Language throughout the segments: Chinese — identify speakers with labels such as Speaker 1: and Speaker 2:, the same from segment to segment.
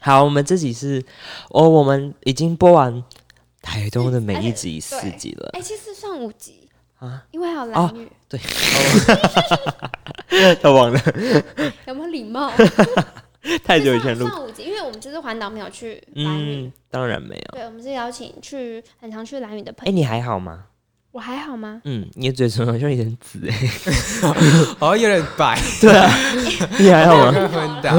Speaker 1: 好，我们这集是，哦，我们已经播完台中的每一集四集了，
Speaker 2: 哎、其实算五集
Speaker 1: 啊，
Speaker 2: 因为还有蓝雨，
Speaker 1: 哎他 忘了
Speaker 2: 有没有礼貌？
Speaker 1: 太久以前录
Speaker 2: 算，算五集，因为我们这次环岛没有去蓝雨，
Speaker 1: 嗯，当然没有。
Speaker 2: 对，我们是邀请去很常去蓝雨的朋
Speaker 1: 哎，
Speaker 2: 友。
Speaker 1: 你还好吗？
Speaker 2: 我还好吗？
Speaker 1: 嗯，你的嘴唇好像有点紫哎，
Speaker 3: 好像哦有点白，
Speaker 1: 你还好 吗？
Speaker 3: 快昏倒。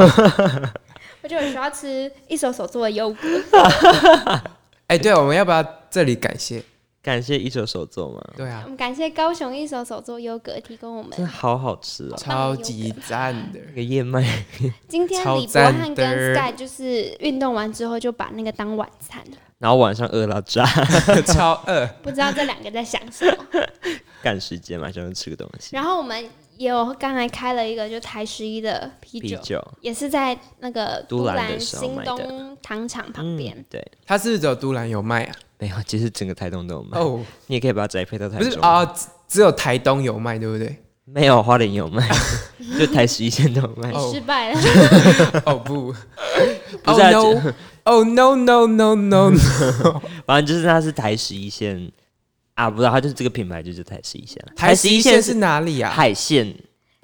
Speaker 2: 我就有需要吃一手手做的优格，
Speaker 3: 哎，对，我们要不要这里感谢？
Speaker 1: 感谢一手手做吗？
Speaker 3: 对
Speaker 2: 我
Speaker 3: 啊，
Speaker 2: 们感谢高雄一手手做优格提供我们
Speaker 1: 真的好好吃哦，
Speaker 3: 超级赞的。
Speaker 1: 那个燕麦，
Speaker 2: 今天
Speaker 3: 超
Speaker 2: 李博翰
Speaker 3: 赞的
Speaker 2: 跟 Sky 就是运动完之后就把那个当晚餐，
Speaker 1: 然后晚上饿到炸，
Speaker 3: 超呃饿，
Speaker 2: 不知道这两个在想什么。
Speaker 1: 赶时间马上就吃个东西，
Speaker 2: 然后我们也有刚才开了一个就台十一的啤
Speaker 1: 啤
Speaker 2: 酒，
Speaker 1: 酒，
Speaker 2: 也是在那个
Speaker 1: 都兰的时候
Speaker 2: 新
Speaker 1: 买的
Speaker 2: 东糖厂
Speaker 1: 嗯
Speaker 2: 旁边。，
Speaker 1: 对，
Speaker 3: 他是不是只有都兰有卖 啊？
Speaker 1: 没有，其实整个台东都有卖，
Speaker 3: 哦，
Speaker 1: 你也可以把它宅配到台
Speaker 3: 不是
Speaker 1: 中。
Speaker 3: 啊，只只有台东有卖，对不 对？
Speaker 1: 没有花莲有 卖，就台十一线都有卖。
Speaker 3: 哦
Speaker 2: 失败了，
Speaker 3: 哦 不，
Speaker 1: 不是啊
Speaker 3: Oh no，哦 no no no no，
Speaker 1: 反正就是它是台十一线啊，不知道它就是这个品牌就是台十一线。
Speaker 3: 台
Speaker 1: 十
Speaker 3: 十一
Speaker 1: 线
Speaker 3: 线是哪里啊？
Speaker 1: 海线，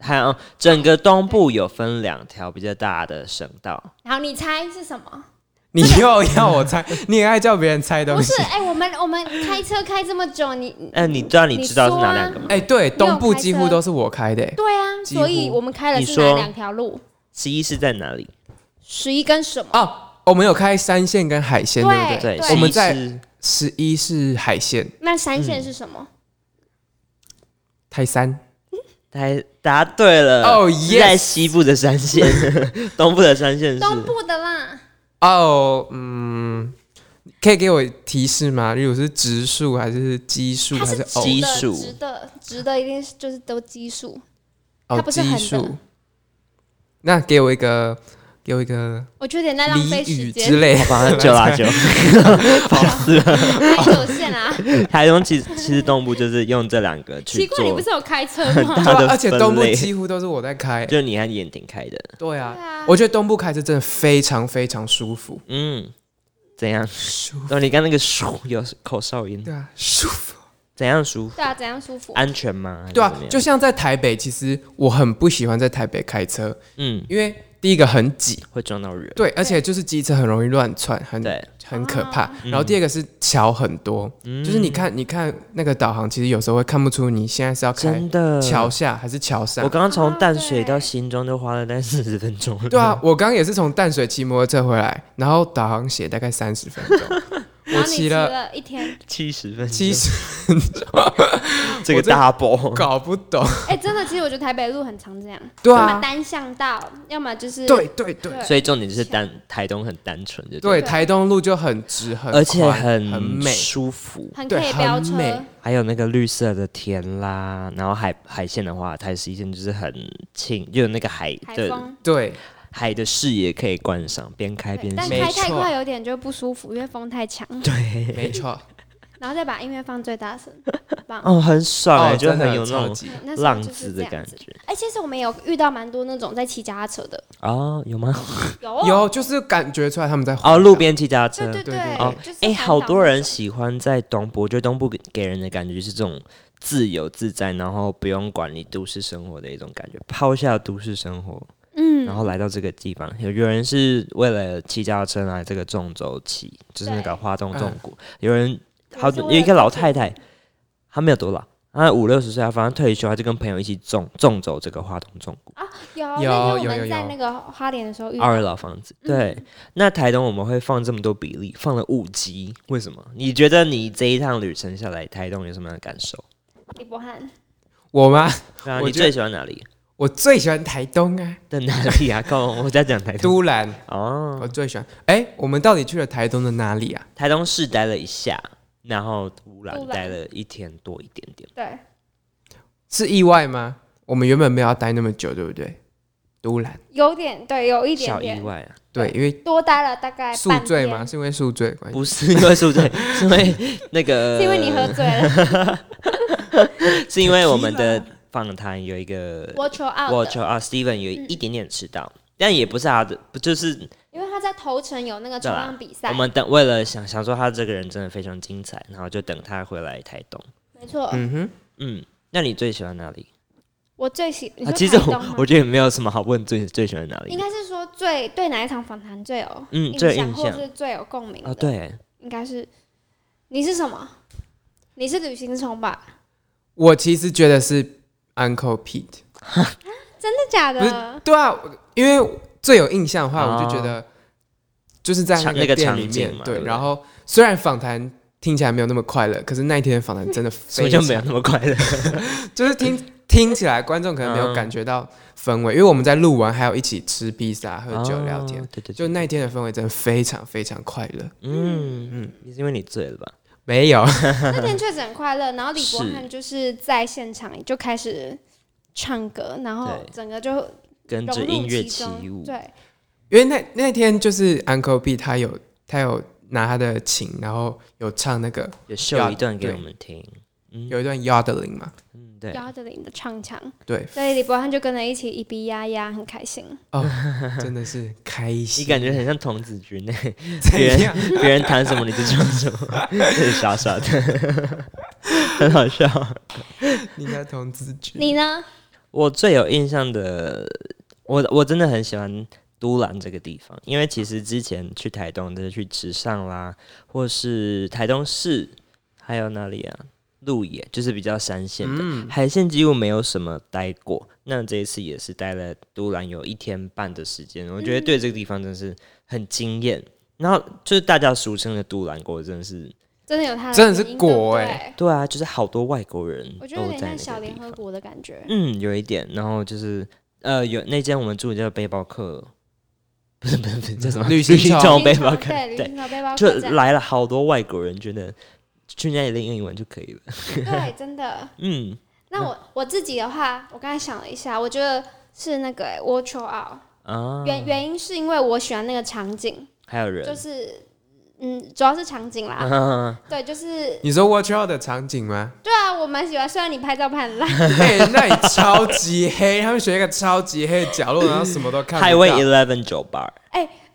Speaker 1: 还有整个东部有分两条比较大的省道。
Speaker 2: 然后你猜是什么？
Speaker 3: 你又要我猜，你也爱叫别人猜
Speaker 2: 不
Speaker 3: 东西
Speaker 2: 是，。哎、我们我们开车开这么久，你你
Speaker 1: 那你知道你知道是哪两个吗？
Speaker 3: 哎，对，东部
Speaker 2: 你有开
Speaker 3: 几乎
Speaker 2: 车
Speaker 3: 都是我开的。哎
Speaker 2: 对啊，
Speaker 3: 几乎
Speaker 2: 所以我们开了
Speaker 1: 你
Speaker 2: 是哪
Speaker 1: 说
Speaker 2: 两条路？
Speaker 1: 十一是在哪里？
Speaker 2: 十一跟什么？
Speaker 3: 哦，我们有开山线跟海线，对不对？
Speaker 1: 对，
Speaker 2: 对
Speaker 1: 十
Speaker 3: 我们
Speaker 1: 一
Speaker 3: 在
Speaker 1: 是
Speaker 3: 十一是海线，
Speaker 2: 那三线是什么？
Speaker 3: 台山。
Speaker 1: 台答对了。
Speaker 3: 哦
Speaker 1: 是在
Speaker 3: yes
Speaker 1: 西部的山 线，东部的山线
Speaker 3: 嗯
Speaker 1: 是
Speaker 2: 东部的啦，
Speaker 3: 哦，嗯，可以给我提示吗？例如是植树还是奇数
Speaker 2: 它
Speaker 3: 还
Speaker 2: 是
Speaker 3: 是
Speaker 2: 直
Speaker 3: 偶？
Speaker 1: 奇
Speaker 2: 的，
Speaker 1: 数
Speaker 2: 直的，直的一定是就是都奇数。它
Speaker 3: 哦，
Speaker 2: 不是
Speaker 3: 奇
Speaker 2: 横的
Speaker 3: 数。那给我一个，给我一个
Speaker 2: 我觉得有点在浪费
Speaker 3: 俚
Speaker 2: 时
Speaker 3: 语之
Speaker 2: 间，
Speaker 3: 类。
Speaker 1: 好吧，九啦九。
Speaker 2: 还有线 啊！
Speaker 1: 台东其实其实东部就是用这两个去
Speaker 2: 奇怪，你
Speaker 1: 做
Speaker 2: 不是有开车 吗？
Speaker 1: 大
Speaker 3: 对
Speaker 1: 的
Speaker 3: 啊，而且
Speaker 1: 分
Speaker 3: 东部
Speaker 1: 类
Speaker 3: 几乎都是我在开。
Speaker 1: 就你和眼婷开的，
Speaker 3: 对
Speaker 2: 对
Speaker 3: 啊，
Speaker 2: 啊，
Speaker 3: 我觉得东部开车真的非常非常舒服。
Speaker 1: 嗯，怎样？
Speaker 3: 舒
Speaker 1: 然后你刚那个舒有口哨音，
Speaker 3: 对啊，舒服。
Speaker 1: 怎样舒服？
Speaker 2: 对啊，怎样舒服？
Speaker 1: 安全吗？还是
Speaker 3: 对啊
Speaker 1: 怎么，样
Speaker 3: 就像在台北，其实我很不喜欢在台北开车，
Speaker 1: 嗯，
Speaker 3: 因为第一个很挤，
Speaker 1: 会撞到人。
Speaker 3: 对，而且就是机车很容易乱窜，很
Speaker 1: 对，
Speaker 3: 很可怕。
Speaker 1: 哦
Speaker 3: 然后第二个是桥很多，
Speaker 1: 嗯
Speaker 3: 就是你看，你看那个导航，其实有时候会看不出你现在是要开
Speaker 1: 真的。
Speaker 3: 桥下还是桥上
Speaker 1: 我。刚刚从淡水
Speaker 2: 啊对
Speaker 1: 到新庄就花了大概四十分钟。
Speaker 3: 对啊，我刚也是从淡水骑摩托车回来，然后导航写大概三十分 钟，
Speaker 2: 然
Speaker 3: 我
Speaker 2: 后你
Speaker 3: 骑
Speaker 2: 骑
Speaker 3: 了
Speaker 2: 了一天，
Speaker 1: 七十分钟，
Speaker 3: 七十，
Speaker 1: 这个
Speaker 3: 我真
Speaker 1: 大包。
Speaker 3: 搞不懂。
Speaker 2: 哎、真的，其实我觉得台北路很常这样，
Speaker 3: 对
Speaker 2: 要么
Speaker 3: 啊，
Speaker 2: 单向道，要么就是
Speaker 3: 对对对
Speaker 2: 对
Speaker 1: 所以重点就是单台东很单纯，就
Speaker 2: 对
Speaker 3: 对，台东路就很直很
Speaker 1: 而且
Speaker 3: 宽
Speaker 1: 很
Speaker 3: 很美，
Speaker 1: 舒服。
Speaker 2: 很可
Speaker 3: 对
Speaker 2: 以飙车
Speaker 3: 很，美
Speaker 1: 还有那个绿色的田啦，然后海海线的话，台十一线就是很近，就有那个海
Speaker 2: 海
Speaker 1: 的
Speaker 2: 风。
Speaker 3: 对，
Speaker 1: 海的视野可以观赏，边开边
Speaker 2: 对但
Speaker 1: 欣
Speaker 3: 没
Speaker 2: 开太
Speaker 3: 错
Speaker 2: 快有点就不舒服，因为风太强。
Speaker 3: 没错，
Speaker 2: 然后再把音乐放最 大声，很棒。
Speaker 1: 哦，很爽哎、
Speaker 3: 哦，
Speaker 1: 就
Speaker 3: 真
Speaker 1: 很
Speaker 3: 的
Speaker 1: 有那
Speaker 3: 超
Speaker 1: 种
Speaker 3: 级。
Speaker 2: 那时候
Speaker 1: 浪
Speaker 2: 就是
Speaker 1: 子
Speaker 2: 这
Speaker 1: 的
Speaker 2: 样
Speaker 1: 感
Speaker 2: 子。
Speaker 1: 觉
Speaker 2: 哎、其实我们有遇到蛮多那种在骑脚踏车 的，
Speaker 1: 哦，有吗？
Speaker 2: 有
Speaker 3: 有就是感觉出来他们在
Speaker 1: 哦，
Speaker 3: 环
Speaker 1: 路
Speaker 3: 岛
Speaker 1: 边骑脚踏
Speaker 2: 对
Speaker 1: 车，
Speaker 2: 对
Speaker 3: 对
Speaker 2: 对
Speaker 3: 对，
Speaker 1: 哦
Speaker 2: 就是
Speaker 1: 哎、
Speaker 2: 环岛
Speaker 1: 好多
Speaker 2: 那
Speaker 1: 人
Speaker 2: 种
Speaker 1: 喜欢在东部，我觉得东部给给人的感觉就是这种自由自在，然后不用管理都市生活的一种感觉，抛下都市生活，
Speaker 2: 嗯，
Speaker 1: 然后来到这个地方。有有人是为了骑脚踏车来这个纵轴骑，就是那
Speaker 2: 对
Speaker 1: 个花东
Speaker 3: 嗯
Speaker 1: 纵谷，有人好，
Speaker 2: 有
Speaker 1: 有一个老太太，她没有多老，她五六十岁，她反正退休，她就跟朋友一起种种走这个花东纵谷
Speaker 2: 有那
Speaker 3: 有
Speaker 2: 天我
Speaker 3: 有有
Speaker 2: 们在
Speaker 3: 有
Speaker 2: 那个花莲的时候遇到，
Speaker 1: 二老房
Speaker 2: 嗯
Speaker 1: 子。对，那台东我们会放这么多比例，放了五级，为什么？你觉得你这一趟旅程下来，台东有什么样的感受？
Speaker 2: 李博翰，
Speaker 3: 我吗？
Speaker 1: 对啊，
Speaker 3: 我
Speaker 1: 你
Speaker 3: 觉得
Speaker 1: 最喜欢哪里？
Speaker 3: 我最喜欢台东 啊，
Speaker 1: 在哪里啊？高雄，我在讲台 东
Speaker 3: 都兰，
Speaker 1: 哦，
Speaker 3: 我最喜欢。哎、我们到底去了台东的哪里啊？
Speaker 1: 台东市待了一下，然后乌兰
Speaker 2: 乌兰
Speaker 1: 待了一天多一点点。
Speaker 2: 对，
Speaker 3: 是意外吗？我们原本没有要待那么久，对不对？都兰，
Speaker 2: 有点对，有一点
Speaker 1: 小意
Speaker 2: 点
Speaker 1: 外啊，
Speaker 3: 对，因为
Speaker 2: 多待了大概
Speaker 3: 宿
Speaker 2: 半
Speaker 3: 醉
Speaker 2: 天
Speaker 3: 嘛，？是因为宿醉的关系。
Speaker 1: 不是 因为宿醉，是因为那个，
Speaker 2: 是因为你喝醉了
Speaker 1: 是因为我们的访谈有一个啊
Speaker 2: ，watch out 的嗯
Speaker 1: 我求啊，Steven 有一点点迟到，但也不是他的，不就是
Speaker 2: 因为他在头城有那个
Speaker 1: 对
Speaker 2: 冲
Speaker 1: 啦啊
Speaker 2: 浪比赛
Speaker 1: 我，们等为了想想说他这个人真的非常精彩，然后就等他回来台东。
Speaker 2: 没错。
Speaker 3: 嗯哼，
Speaker 1: 嗯，那你最喜欢哪里？
Speaker 2: 我最喜你
Speaker 1: 啊，
Speaker 2: 说
Speaker 1: 其实
Speaker 2: 台东
Speaker 1: 我
Speaker 2: 吗
Speaker 1: 我觉得也没有什么好问最最喜欢哪里
Speaker 2: 应
Speaker 1: 的。
Speaker 2: 该是说最对哪一场访谈最有
Speaker 1: 嗯，最有印
Speaker 2: 或
Speaker 1: 象
Speaker 2: 是最有共鸣的，
Speaker 1: 哦，对，
Speaker 2: 应该是你是什么？你是旅行虫吧？
Speaker 3: 我其实觉得是 Uncle Pete。
Speaker 2: 真的假
Speaker 3: 不
Speaker 2: 的？
Speaker 3: 对啊，因为最有印象的话，
Speaker 1: 哦
Speaker 3: 我就觉得就是在
Speaker 1: 场那
Speaker 3: 个
Speaker 1: 个
Speaker 3: 店
Speaker 1: 场
Speaker 3: 里面
Speaker 1: 景嘛，对
Speaker 3: 对。
Speaker 1: 不对
Speaker 3: 然后虽然访谈听起来没有那么快乐，可是那一天的访谈 真的
Speaker 1: 所
Speaker 3: 非
Speaker 1: 以就
Speaker 3: 常
Speaker 1: 没有那么快乐。
Speaker 3: 就是听听起来观众可能
Speaker 1: 嗯
Speaker 3: 没有感觉到氛围，因为我们在录完还有一起吃披萨、喝酒、聊天
Speaker 1: 哦，对对，对
Speaker 3: 就那一天的氛围真的非常非常快乐。
Speaker 1: 嗯
Speaker 3: 嗯
Speaker 1: 嗯，也是因为你醉了吧？
Speaker 3: 没有，
Speaker 2: 那天确实很快乐，然后李博
Speaker 1: 是
Speaker 2: 翰就是在现场就开始唱歌，然后
Speaker 1: 对
Speaker 2: 整个就
Speaker 1: 跟
Speaker 2: 融
Speaker 1: 着
Speaker 2: 入
Speaker 1: 音乐
Speaker 2: 其
Speaker 1: 起
Speaker 2: 中
Speaker 1: 舞，
Speaker 2: 对，
Speaker 3: 因为那那天就是 Uncle B 他有他有拿他的琴，然后有唱那个
Speaker 1: 也秀一段给我们听。嗯
Speaker 3: 有一段 yodeling 嘛，
Speaker 1: 嗯，对，
Speaker 2: 姚德林的唱腔，
Speaker 3: 对，
Speaker 2: 所以李博翰就跟着一起一逼呀呀，很开心。
Speaker 3: 哦，真的是开心。
Speaker 1: 你感觉很像童子军呢，
Speaker 3: 怎
Speaker 1: 别
Speaker 3: 样？
Speaker 1: 人别人弹什么你就唱什么，就是傻傻的，很好笑。
Speaker 3: 你在同自觉？
Speaker 2: 你呢？
Speaker 1: 我最有印象的，我我真的很喜欢都兰这个地方，因为其实之前去台东就是去池上啦，或是台东市，还有哪里啊？鹿野就是比较山线的，
Speaker 3: 嗯，
Speaker 1: 海线几乎没有什么待过。那这一次也是待了都兰有一天半的时间，我觉得对这个地方真是很惊艳。然后就是大家俗称的都兰国，真的是
Speaker 2: 真的有他的
Speaker 3: 真的是
Speaker 2: 原因
Speaker 3: 果
Speaker 2: 对不
Speaker 3: 欸
Speaker 2: 对
Speaker 1: 对啊，就是好多外国人
Speaker 2: 我
Speaker 1: 都
Speaker 2: 觉得有点
Speaker 1: 在那
Speaker 2: 像
Speaker 1: 个
Speaker 2: 小联
Speaker 1: 地
Speaker 2: 合
Speaker 1: 方。
Speaker 2: 国的感觉。
Speaker 1: 嗯，有一点。然后就是呃，有那间我们住的叫背包客，不是不是不是叫什么
Speaker 3: 旅行
Speaker 1: 行
Speaker 3: 虫
Speaker 1: 虫哦
Speaker 2: 旅行
Speaker 1: 背
Speaker 2: 团
Speaker 1: 包客，
Speaker 2: 对，旅
Speaker 1: 对，
Speaker 2: 行团背包
Speaker 1: 就
Speaker 2: 客栈，
Speaker 1: 来了好多外国人，觉得去那里练英文就可以了。
Speaker 2: 对，真的。
Speaker 1: 嗯，
Speaker 2: 那我我自己的话，我刚才想了一下，我觉得是那个欸 Watch Your Out，
Speaker 1: 啊，
Speaker 2: 原原因是因为我喜欢那个场景，
Speaker 1: 还有人
Speaker 2: 就是嗯，主要是场景啦，
Speaker 1: 啊，
Speaker 2: 对，就是
Speaker 3: 你说 Watch Out 的场景吗？
Speaker 2: 对啊，我蛮喜欢，虽然你拍照拍很烂，
Speaker 3: 哎、那里超级黑，他们选一个超级黑的角落，然后什么都 看不
Speaker 1: Highway
Speaker 3: 到。
Speaker 1: Eleven 酒吧。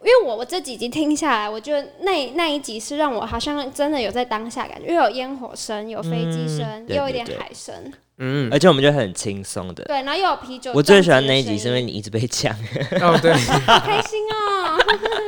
Speaker 2: 因为我我这几集听下来，我觉得那那一集是让我好像真的有在当下感觉，因为有烟火声，有飞机声，
Speaker 1: 嗯
Speaker 2: 也
Speaker 1: 对
Speaker 2: 有一点
Speaker 1: 对对
Speaker 2: 海声，
Speaker 3: 嗯，
Speaker 1: 而且我们就很轻松的。
Speaker 2: 对，然后又有啤酒。
Speaker 1: 我最喜欢那一集，是因
Speaker 2: 声
Speaker 1: 为
Speaker 2: 音，
Speaker 1: 你一直被呛，
Speaker 3: 哦对，
Speaker 2: 好开心哦，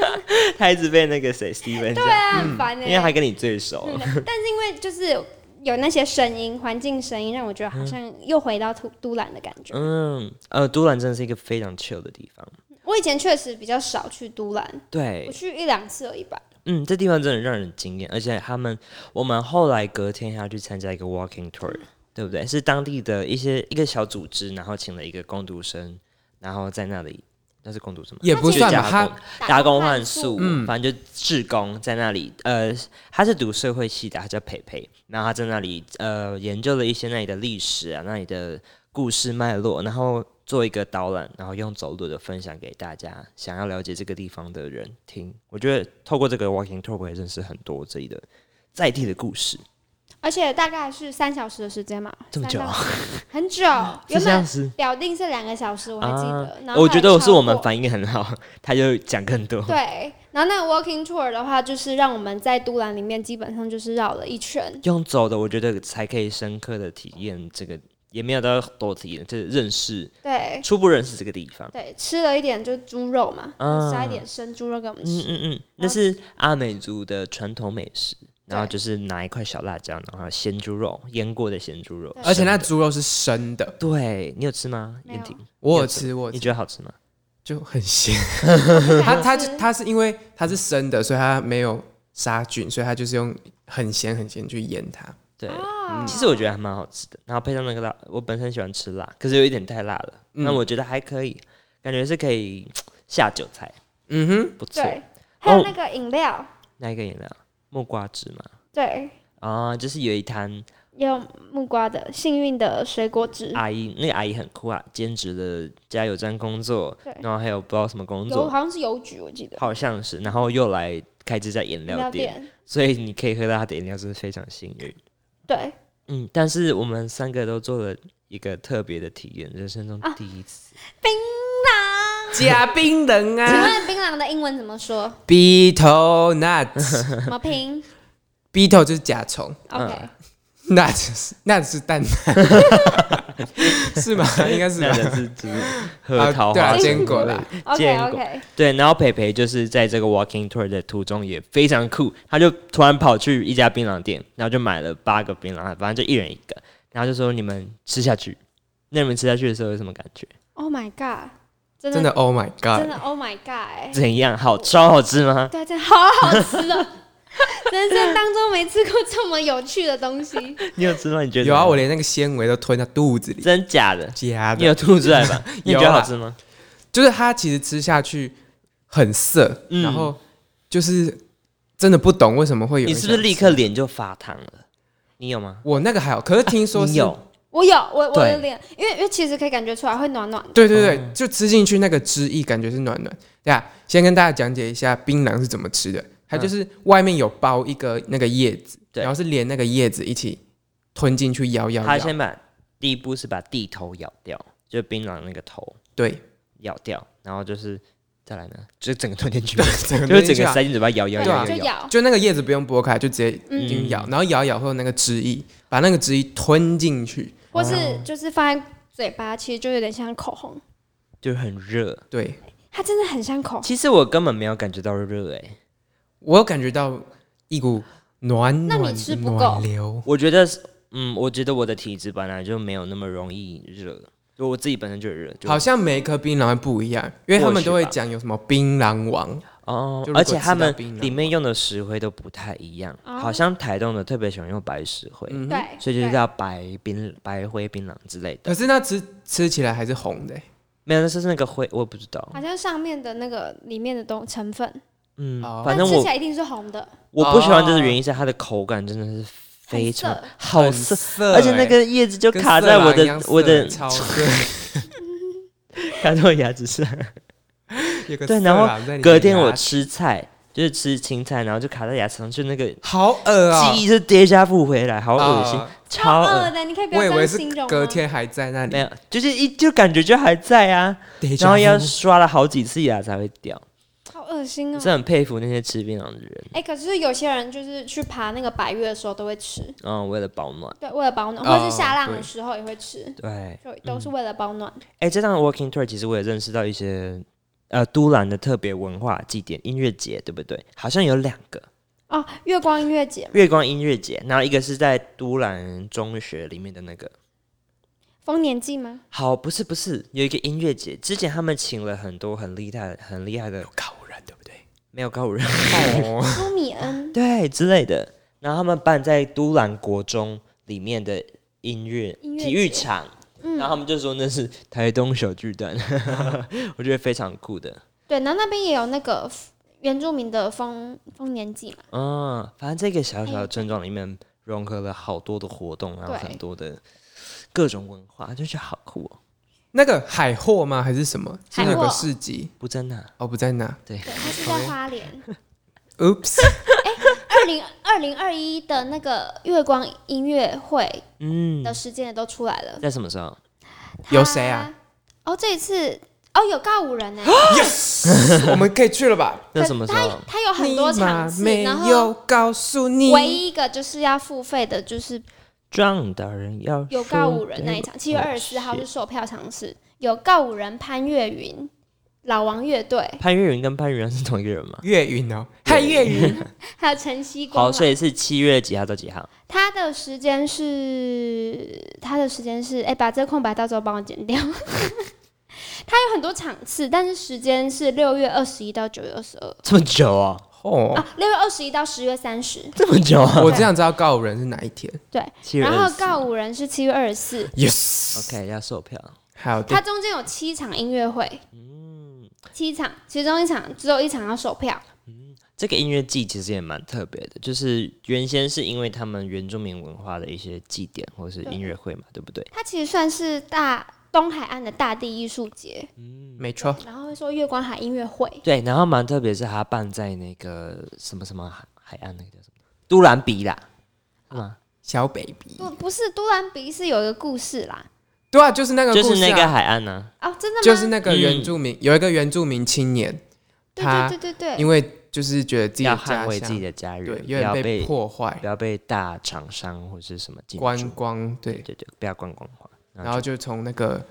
Speaker 1: 他一直被那个谁 Steven
Speaker 2: 对
Speaker 1: 呛，
Speaker 2: 啊，很烦哎、
Speaker 1: 嗯因为他跟你最熟。
Speaker 2: 嗯但是因为就是有那些声音，环境声音，让我觉得好像又回到都都兰的感觉。
Speaker 1: 嗯，呃，都兰真的是一个非常 chill 的地方。
Speaker 2: 我以前确实比较少去都兰，我
Speaker 1: 对，
Speaker 2: 去一两次而已吧。
Speaker 1: 嗯，这地方真的让人惊艳，而且他们，我们后来隔天还要去参加一个 walking tour，对不对？是当地的一些一个小组织，然后请了一个工读生，然后在那里，那是工读生吗？
Speaker 3: 也不
Speaker 1: 就
Speaker 3: 算吧，
Speaker 1: 加
Speaker 3: 他
Speaker 1: 工打工换
Speaker 2: 宿
Speaker 1: 宿，反正就志工在那里，呃，他是读社会系的，他叫培培，然后他在那里呃研究了一些那里的历史啊，那里的故事脉络，然后做一个导览，然后用走路的分享给大家想要了解这个地方的人听。我觉得透过这个 walking tour 我也认识很多这里的在地的故事，
Speaker 2: 而且大概是三小时的时间嘛，
Speaker 1: 这么久啊
Speaker 2: 三到四，很久。
Speaker 1: 是
Speaker 2: 原
Speaker 1: 这样
Speaker 2: 本
Speaker 1: 子。
Speaker 2: 表定是两个小时，我还记得。然后
Speaker 1: 啊哦我觉得
Speaker 2: 后
Speaker 1: 我
Speaker 2: 来
Speaker 1: 是我们
Speaker 2: 超过
Speaker 1: 反应很好，他就讲更多。
Speaker 2: 对。然后那个 walking tour 的话，就是让我们在都兰里面基本上就是绕了一圈。
Speaker 1: 用走的，我觉得才可以深刻的体验这个，也没有到多体验，就是认识
Speaker 2: 对
Speaker 1: 初步认识这个地方。
Speaker 2: 对，吃了一点就是猪肉嘛，
Speaker 1: 嗯
Speaker 2: 杀一点生猪肉给我们
Speaker 1: 嗯
Speaker 2: 吃。
Speaker 1: 嗯嗯，那是阿美族的传统美食，然后就是拿一块小辣椒，然后咸猪肉，腌过的咸猪肉
Speaker 2: 对，
Speaker 3: 而且那
Speaker 1: 生的
Speaker 3: 猪肉是生的，
Speaker 1: 对你有吃吗？
Speaker 2: 没有
Speaker 1: 燕婷，
Speaker 3: 我有吃，我有
Speaker 1: 你
Speaker 3: 吃
Speaker 1: 觉得好吃吗？
Speaker 3: 就很鲜。
Speaker 1: 嗯
Speaker 2: 不
Speaker 3: 它
Speaker 2: 想
Speaker 3: 它
Speaker 2: 吃
Speaker 3: 它是因为它是生的，所以它没有杀菌，所以它就是用很咸很咸去腌它。
Speaker 1: 对，嗯
Speaker 2: 啊
Speaker 1: 其实我觉得还蛮好吃的，然后配上那个辣，我本身喜欢吃辣，可是有一点太辣了，
Speaker 3: 嗯
Speaker 1: 那我觉得还可以，感觉是可以下酒菜，
Speaker 3: 嗯哼，
Speaker 1: 不错。
Speaker 2: 对，还有
Speaker 1: 哦
Speaker 2: 那个饮料，
Speaker 1: 那一个饮料，木瓜汁嘛，
Speaker 2: 对，
Speaker 1: 啊，就是有一摊
Speaker 2: 也有木瓜的幸运的水果汁，
Speaker 1: 阿姨，那个阿姨很酷啊，兼职的加油站工作
Speaker 2: 对，
Speaker 1: 然后还有不知道什么工
Speaker 2: 有
Speaker 1: 作，
Speaker 2: 好像是邮局，我记得
Speaker 1: 好像是，然后又来开这家饮
Speaker 2: 饮
Speaker 1: 料
Speaker 2: 料
Speaker 1: 店，
Speaker 2: 店。
Speaker 1: 所以你可以喝到他的饮料，真是非常幸运。
Speaker 2: 对，
Speaker 1: 嗯，但是我们
Speaker 2: 啊
Speaker 1: 三个都做了一个特别的体验，人生中第一次，
Speaker 2: 槟榔。
Speaker 3: 假冰人
Speaker 2: 请
Speaker 3: 啊
Speaker 2: 问槟榔的英文怎 么说？
Speaker 3: ，beetle nuts，beetle
Speaker 2: 怎么拼
Speaker 3: 就是甲虫
Speaker 1: 嗯
Speaker 2: ？OK，
Speaker 3: ，nut 是 nut 是蛋挞，是吗？应该是
Speaker 1: 那
Speaker 3: 吧。
Speaker 1: 人是只是
Speaker 3: 啊
Speaker 1: 核桃
Speaker 3: 对啊，
Speaker 1: 花
Speaker 3: 坚果啦，
Speaker 2: OK
Speaker 1: 见过
Speaker 2: OK，
Speaker 1: 对，然后培培就是在这个 walking tour 的途中也非常酷，他就突然跑去一家槟榔店，然后就买了八个槟榔，反正就一人一个，然后就说你们吃下去。那你们吃下去的时候有什么感觉？
Speaker 2: Oh my god！真的
Speaker 3: 真的，Oh my
Speaker 2: 真
Speaker 1: 啊
Speaker 3: God，
Speaker 2: 的 Oh my god！哎
Speaker 1: 怎样？好，超好吃吗？
Speaker 2: 对，真的好好吃哦！人生当中没吃过这么有趣的东西，
Speaker 1: 你有吃吗？你觉得？
Speaker 3: 有啊，我连那个纤维都吞到肚子里，
Speaker 1: 真假的，
Speaker 3: 假
Speaker 1: 你
Speaker 3: 的，
Speaker 1: 有吐出来吧？你
Speaker 3: 有啊
Speaker 1: 觉得好
Speaker 3: 啦
Speaker 1: 吃吗？
Speaker 3: 就是它其实吃下去很涩，
Speaker 1: 嗯
Speaker 3: 然后就是真的不懂为什么会有。
Speaker 1: 你是不是立？刻脸就发烫了？你有吗？
Speaker 3: 我那个还好，可是听说
Speaker 1: 你
Speaker 3: 是
Speaker 1: 有，
Speaker 2: 我有我我
Speaker 1: 对
Speaker 2: 有脸，因为因为其实可以感觉出来会暖暖的。
Speaker 3: 对对
Speaker 1: 哦
Speaker 3: 对，就吃进去那个汁液，感觉是暖暖。对啊，先跟大家讲解一下槟榔是怎么吃的。它就是外面有包一个那个叶子，
Speaker 1: 嗯对
Speaker 3: 然后是连那个叶子一起吞进去咬咬
Speaker 1: 他
Speaker 3: 咬。
Speaker 1: 先把第一步是把地头咬掉，就槟榔那个头
Speaker 3: 对，
Speaker 1: 咬掉，然后就是再来呢，就整个吞进去，
Speaker 3: 整个
Speaker 1: 就是整
Speaker 3: 东西
Speaker 1: 个
Speaker 3: 啊
Speaker 1: 塞进嘴巴咬咬
Speaker 3: 对
Speaker 1: 咬
Speaker 3: 啊
Speaker 2: 就
Speaker 1: 咬咬。
Speaker 2: 咬。
Speaker 3: 就那个叶子不用剥开，就直接进
Speaker 2: 嗯，
Speaker 3: 去咬，然后咬一咬会有那个汁液，把那个汁液吞进去。
Speaker 2: 或
Speaker 1: 哦
Speaker 2: 是就是放在嘴巴，其实就有点像口红，
Speaker 1: 就很热。
Speaker 3: 对
Speaker 2: 它真的很像口红。
Speaker 1: 其实我根本没有感觉到热欸诶、
Speaker 3: 我有感觉到一股暖
Speaker 2: 那
Speaker 3: 暖
Speaker 2: 你
Speaker 3: 的
Speaker 2: 吃不够
Speaker 3: 暖流。
Speaker 1: 我觉得是，嗯，我觉得我的体质本来就没有那么容易热，就我自己本身就热，就
Speaker 3: 好像每一颗槟榔会不一样，因为他们都会讲有什么槟榔王，
Speaker 1: 哦
Speaker 3: 就如，果
Speaker 1: 而且他们
Speaker 3: 吃到槟榔
Speaker 1: 里面用的石灰都不太一样，
Speaker 2: 哦
Speaker 1: 好像台东的特别喜欢用白石灰，
Speaker 3: 嗯哼，
Speaker 2: 对，
Speaker 1: 所以就
Speaker 2: 对
Speaker 1: 叫白槟白灰槟榔之类的。
Speaker 3: 可是那吃吃起来还是红的欸、
Speaker 1: 没有，那是那个灰，我也不知道。
Speaker 2: 好像上面的那个里面的东成分，
Speaker 1: 嗯，
Speaker 3: 哦
Speaker 1: 反正
Speaker 2: 但吃
Speaker 1: 我
Speaker 2: 起来一定是红的，
Speaker 1: 我不喜欢这个原因是它的口感真的是非常
Speaker 2: 很涩
Speaker 1: 好
Speaker 3: 涩
Speaker 1: 涩，
Speaker 3: 欸，
Speaker 1: 而且那个叶子就
Speaker 3: 跟
Speaker 1: 卡
Speaker 3: 色
Speaker 1: 在我
Speaker 3: 狼一
Speaker 1: 的
Speaker 3: 样
Speaker 1: 我的
Speaker 3: 涩超欸 对，
Speaker 1: 卡在我牙齿 上。
Speaker 3: 有个
Speaker 1: 对
Speaker 3: 色
Speaker 1: 然后
Speaker 3: 狼在你的
Speaker 1: 隔天我
Speaker 3: 牙齿
Speaker 1: 吃菜，就是吃青菜，然后就卡在牙齿上，就那个
Speaker 3: 好恶啊、
Speaker 1: 记忆就跌下复回来，好恶心，
Speaker 3: 啊
Speaker 1: 超
Speaker 2: 恶
Speaker 1: 恶。
Speaker 2: 的，你可以不要
Speaker 3: 我以
Speaker 2: 这
Speaker 3: 为
Speaker 2: 样
Speaker 3: 是
Speaker 2: 形容啊
Speaker 3: 隔
Speaker 2: 吗。
Speaker 3: 天还在那
Speaker 1: 没
Speaker 3: 里，
Speaker 1: 有，就是一就感觉就还在啊，然后要刷了好几次牙才会掉。
Speaker 2: 好恶心
Speaker 1: 我
Speaker 2: 哦
Speaker 1: 是！很佩服那些吃槟榔的人，
Speaker 2: 哎、可是有些人就是去爬那个百越的时候都会吃，
Speaker 1: 嗯，为了保暖。
Speaker 2: 对，为了保暖，
Speaker 3: 哦
Speaker 2: 或是下浪的
Speaker 3: 对
Speaker 2: 时候也会吃，
Speaker 1: 对，哎、
Speaker 2: 就都是为了保暖。
Speaker 1: 这趟 walking tour 其实我也认识到一些，呃，都兰的特别文化祭典音乐节，对不对？好像有两个
Speaker 2: 哦，月光音乐节，
Speaker 1: 月光音乐节，然后一个是在都兰中学里面的那个，
Speaker 2: 丰年祭吗？
Speaker 1: 好，不是不是，有一个音乐节，之前他们请了很多很厉害、很厉害的
Speaker 3: 高人对不对？
Speaker 1: 没有高人
Speaker 3: 哦，
Speaker 2: 苏米 恩，
Speaker 1: 对之类的，然后他们办在都兰国中里面的音乐
Speaker 2: 音乐
Speaker 1: 体育
Speaker 2: 节
Speaker 1: 场，
Speaker 2: 嗯
Speaker 1: 然后他们就说那是台东小巨蛋，
Speaker 2: 嗯
Speaker 1: 我觉得非常酷的。
Speaker 2: 对，然后那边也有那个原住民的丰丰年祭嘛，
Speaker 1: 嗯，反正这个小小
Speaker 2: 哎
Speaker 1: 的
Speaker 2: 对
Speaker 1: 村庄里面融合了好多的活动，然后
Speaker 2: 对
Speaker 1: 很多的各种文化，就觉得好酷哦。
Speaker 3: 那个海货吗？还是什么？是不是有
Speaker 2: 海
Speaker 3: 个
Speaker 2: 货
Speaker 3: 市集
Speaker 1: 不真的、啊，
Speaker 3: 哦，不在那。
Speaker 2: 对，它是
Speaker 1: 哦
Speaker 2: 在花莲。
Speaker 3: Oops，
Speaker 2: 二零二零二一的那个月光音乐会
Speaker 1: 嗯，
Speaker 2: 的时间也都出来了，
Speaker 1: 在什么时候？
Speaker 3: 有谁啊
Speaker 2: 它？哦，这一次哦有告五 人呢、
Speaker 3: 我们可以去了吧？
Speaker 1: 在什么时候？
Speaker 2: 它有 很多场次，
Speaker 3: 没
Speaker 2: 然
Speaker 3: 有
Speaker 2: 后
Speaker 3: 告诉你，
Speaker 2: 唯一一个就是要付费的，就是
Speaker 1: 撞到人要
Speaker 2: 有
Speaker 1: 说
Speaker 2: 告五人那
Speaker 1: 对
Speaker 2: 一场，七月二十四号
Speaker 1: 谢
Speaker 2: 是售票场次，有告五人、潘越云、老王乐队，
Speaker 1: 潘越云跟潘越云是同一个人吗？
Speaker 3: 岳云哦，嗨 岳云，
Speaker 2: 还有啊晨曦光
Speaker 1: 好，
Speaker 2: 嘛。
Speaker 1: 所以是七月几号到几号？
Speaker 2: 他的时间是，他的时间是，哎、把这个空白到时候帮我剪掉。 他有很多场次，但是时间是六月二十一到九月二十二
Speaker 1: 这么久啊，
Speaker 3: 哦，
Speaker 2: 啊，六月二十一到十月三十。
Speaker 1: 这么久啊！
Speaker 3: 我这样知道告五人是哪一天。
Speaker 2: 对，
Speaker 1: 七月
Speaker 2: 然后
Speaker 1: 24
Speaker 2: 告五人是七月二十四，
Speaker 3: Yes，
Speaker 1: OK 要售票，
Speaker 3: 好
Speaker 2: 它
Speaker 3: 的，
Speaker 2: 中间有七场音乐会，七场，其中一场只有一场要售票，
Speaker 1: 这个音乐季其实也蛮特别的，就是原先是因为他们原住民文化的一些祭典或是音乐会嘛，对不对？
Speaker 2: 它其实算是大东海岸的大地艺术节，
Speaker 1: 嗯
Speaker 3: 没错，
Speaker 2: 然后会说月光海音乐会，
Speaker 1: 对，然后蛮特别是他办在那个什么什么海海岸那个叫什么都兰比啦，是吗？
Speaker 3: 小 baby，
Speaker 2: 不不是都兰比是有一个故事啦，
Speaker 3: 对啊，就是那个故
Speaker 1: 就
Speaker 3: 事、啊，
Speaker 1: 是那个海嗯岸呢、
Speaker 2: 哦，真的吗？
Speaker 3: 就是那个原住民，有一个原住民青年，
Speaker 2: 对
Speaker 3: 他
Speaker 2: 对对对对，
Speaker 3: 因为就是觉得自己
Speaker 1: 要
Speaker 3: 的
Speaker 1: 捍
Speaker 3: 家
Speaker 1: 卫自己
Speaker 3: 乡，
Speaker 1: 的家
Speaker 3: 对
Speaker 1: 人，，不
Speaker 3: 有
Speaker 1: 要
Speaker 3: 点
Speaker 1: 被
Speaker 3: 破坏
Speaker 1: 不、要被大厂商或是什么进
Speaker 3: 观
Speaker 1: 驻
Speaker 3: 光，
Speaker 1: 对
Speaker 3: 对，
Speaker 1: 对对，不要观光化。
Speaker 3: 然后就从那个
Speaker 1: 嗯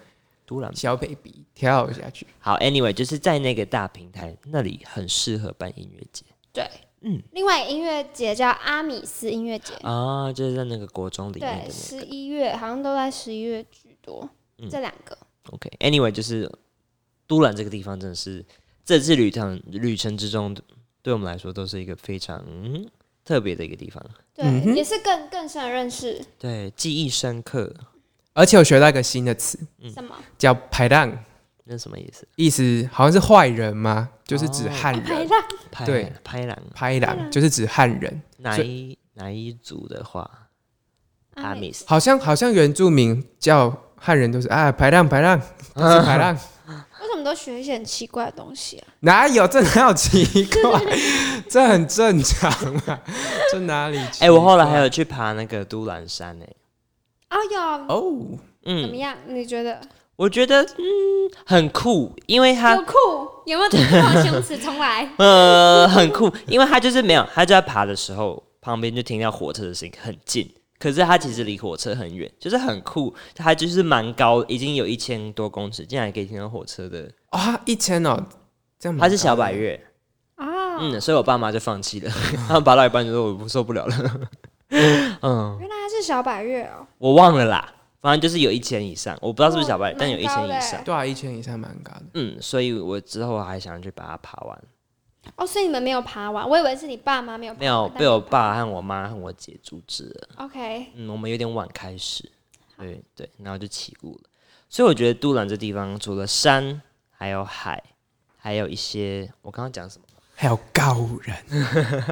Speaker 1: 突然
Speaker 3: 小 baby 跳下去。
Speaker 1: 好，anyway，就是在那个大平台那里很适合办音乐节
Speaker 2: 另外一个音乐节叫阿米斯音乐节，
Speaker 1: 啊，就是在那个国中里面
Speaker 2: 对，
Speaker 1: 的那
Speaker 2: 十
Speaker 1: 个。
Speaker 2: 一月好像都在十一月居多，
Speaker 1: 嗯
Speaker 2: 这两个
Speaker 1: OK，anyway，、就是都兰这个地方真的是这次旅程旅程之中，对我们来说都是一个非常、嗯特别的一个地方，
Speaker 2: 对，
Speaker 3: 嗯哼
Speaker 2: 也是更更深认识
Speaker 1: 对，记忆深刻。
Speaker 3: 而且我学到一个新的词，
Speaker 1: 嗯
Speaker 2: 什么
Speaker 3: 叫“排浪
Speaker 1: 那什么意思？”，
Speaker 3: 意思好像是坏人吗？就是指
Speaker 1: 哦
Speaker 3: 汉
Speaker 2: 排
Speaker 3: 人。
Speaker 2: 浪，
Speaker 1: 拍
Speaker 3: 对
Speaker 1: 拍狼，
Speaker 3: 拍狼就是指汉人，
Speaker 1: 哪
Speaker 3: 所
Speaker 1: 一哪一组的话，阿
Speaker 2: 阿米
Speaker 1: 米斯
Speaker 3: 好像好像原住民叫汉人都是啊排浪排 浪，都是排浪，
Speaker 2: 为什么都学一些很奇怪的东西啊？
Speaker 3: 哪有这哪有奇 怪？这很正常嘛，这哪里奇怪？
Speaker 1: 哎、我后来还有去爬那个都兰山哎、
Speaker 2: 啊有
Speaker 3: 哦，
Speaker 2: 怎么
Speaker 1: 嗯，
Speaker 2: 样？你觉得
Speaker 1: 我觉得嗯很酷，因为它，
Speaker 2: 有酷？有没有突破形容词？重来
Speaker 1: 呃，很酷，因为他就是没有，他就在爬的时候，旁边就听到火车的声音，很近。可是他其实离火车很远，就是很酷，他就是蛮高，已经有一千多公尺，竟然可以听到火车的。
Speaker 3: 啊一千哦，
Speaker 2: 嗯
Speaker 3: 这样蛮
Speaker 1: 他是小
Speaker 3: 高的
Speaker 1: 百月，
Speaker 2: 啊，
Speaker 1: 嗯，所以我爸妈就放弃了， 他们爬到一半就说我受不了了， 嗯，
Speaker 2: 原来他是小百月哦，
Speaker 1: 我忘了啦，反正就是有一千以上，我不知道是不是小百
Speaker 2: 哇
Speaker 1: 月，但有一
Speaker 2: 哦
Speaker 1: 千
Speaker 2: 蛮高的
Speaker 1: 以上，
Speaker 3: 对啊，一千以上蛮高的。
Speaker 1: 嗯，所以我之后还想去把它爬完，
Speaker 2: 哦，所以你们没有爬完，我以为是你爸妈没有爬完，
Speaker 1: 没有
Speaker 2: 但
Speaker 1: 被我爸和我妈和我姐阻止了。
Speaker 2: OK，
Speaker 1: 嗯，我们有点晚开始，对对，然后就起雾了。所以我觉得都兰这地方除了山，还有海，还有一些我刚刚讲什么？
Speaker 3: 还有高人，啊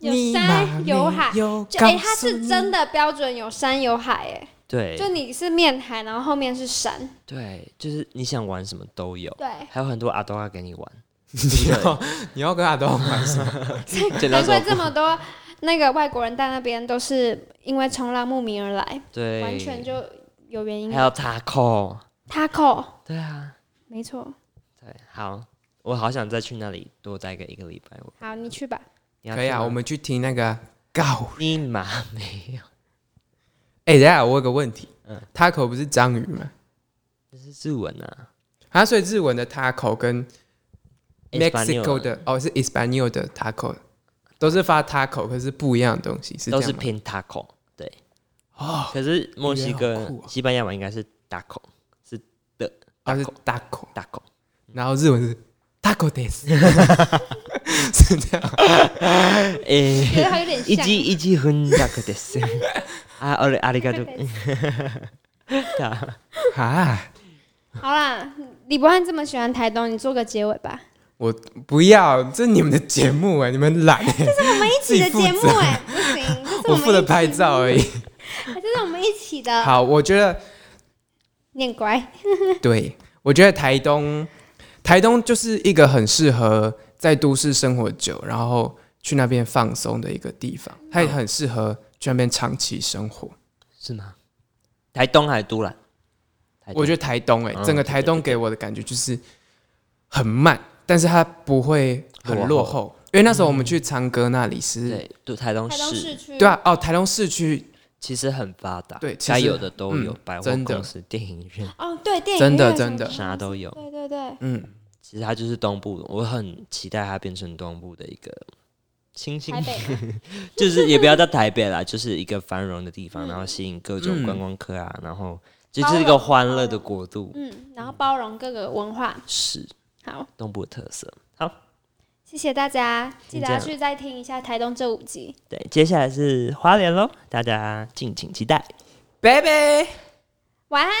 Speaker 2: 有山有海，
Speaker 3: 有
Speaker 2: 就哎、它是真的标准有山有海，哎，
Speaker 1: 对
Speaker 2: 就你是面海，然后后面是山，
Speaker 1: 对，就是你想玩什么都有，
Speaker 2: 对，
Speaker 1: 还有很多阿多阿给你 玩。
Speaker 3: 你要你要跟阿东玩什么？
Speaker 1: 对那
Speaker 2: 难
Speaker 1: 时
Speaker 2: 怪
Speaker 1: 候
Speaker 2: 这么多那个外国人到那边都是因为冲浪慕名而来，
Speaker 1: 对，
Speaker 2: 完全就有原因
Speaker 1: 还。有 taco，
Speaker 2: Taco，
Speaker 1: 对啊，
Speaker 2: 没错，
Speaker 1: 对，好，我好想再去那里多待个一个礼拜。我
Speaker 2: 好，你去吧。
Speaker 1: 你要
Speaker 3: 可以啊，
Speaker 1: 去吗
Speaker 3: 我们去听那个高。
Speaker 1: 你妈没有，
Speaker 3: 哎、等一下我有个问题，
Speaker 1: 嗯
Speaker 3: 嗯，taco 不是章鱼吗？
Speaker 1: 这 是日文啊
Speaker 3: 啊，所以日文的 taco 跟 Mexico
Speaker 1: Espanol
Speaker 3: 的哦是 Espanol 的 taco 都是发 taco，可是不一样的东西，是这
Speaker 1: 都
Speaker 3: 样
Speaker 1: 是
Speaker 3: 吗
Speaker 1: 偏 taco，对。
Speaker 3: 哦，
Speaker 1: 可是墨西
Speaker 3: 语
Speaker 1: 哥
Speaker 3: 言好酷、哦
Speaker 1: 西班牙文应该是 taco
Speaker 3: 它是 taco，
Speaker 1: taco，
Speaker 3: 然后日文是 taco des，是这样。
Speaker 1: 诶，
Speaker 2: 觉得它有点
Speaker 1: 一
Speaker 2: 像。
Speaker 1: 级一级分 taco です。啊，あれありがとう。
Speaker 3: 啊，
Speaker 2: 好啦，李博翰这么喜欢台东，你做个结尾吧。
Speaker 3: 我不要，这是你们的节目哎，你们懒哎，
Speaker 2: 我们一
Speaker 3: 自
Speaker 2: 起
Speaker 3: 己
Speaker 2: 的
Speaker 3: 负
Speaker 2: 节目
Speaker 3: 责
Speaker 2: 哎、不行，这是
Speaker 3: 我
Speaker 2: 我
Speaker 3: 负
Speaker 2: 们一起
Speaker 3: 责
Speaker 2: 哎
Speaker 3: 拍照而已。
Speaker 2: 这是我们一起的。
Speaker 3: 好，我觉得
Speaker 2: 你很乖，
Speaker 3: 对，我觉得台东，台东就是一个很适合在都市生活久，然后去那边放松的一个地方，它也很适合去那边长期生活。
Speaker 1: 是吗？台东还是都兰？台东
Speaker 3: 我觉得台东、欸，
Speaker 1: 嗯
Speaker 3: 整个台东给我的感觉就是很慢，但是它不会很
Speaker 1: 落
Speaker 3: 落
Speaker 1: 后
Speaker 3: 后，因为那时候我们去昌哥那里是，
Speaker 1: 哦嗯对，都台东
Speaker 2: 台东市
Speaker 1: 市
Speaker 2: 区。
Speaker 3: 对啊，哦，台东市区
Speaker 1: 其实很发达，
Speaker 3: 对其实
Speaker 1: 该有的都有
Speaker 3: 嗯，
Speaker 1: 百货
Speaker 3: 真的
Speaker 1: 公司、电影院
Speaker 2: 哦，对，电影
Speaker 3: 真的
Speaker 2: 院什
Speaker 3: 真
Speaker 2: 么
Speaker 3: 的
Speaker 2: 什么
Speaker 1: 啥都有。
Speaker 2: 对对对，
Speaker 3: 嗯，
Speaker 1: 其实它就是东部，我很期待它变成东部的一个新兴
Speaker 2: 台北嘛
Speaker 1: 就是也不要到台北啦， 就是一个繁荣的地方，
Speaker 2: 嗯
Speaker 1: 然后吸引各种
Speaker 3: 嗯
Speaker 1: 观光客啊，然后就是一个欢乐的国度，
Speaker 2: 嗯，然后包容各个文化。
Speaker 1: 是
Speaker 2: 好，
Speaker 1: 东部的特色。
Speaker 2: 谢谢大家，
Speaker 1: 先
Speaker 2: 记得
Speaker 1: 这
Speaker 2: 要
Speaker 1: 样
Speaker 2: 去再听一下台东这五集。
Speaker 1: 对，接下来是花莲喽，大家敬请期待。
Speaker 3: 拜拜。
Speaker 2: 晚安，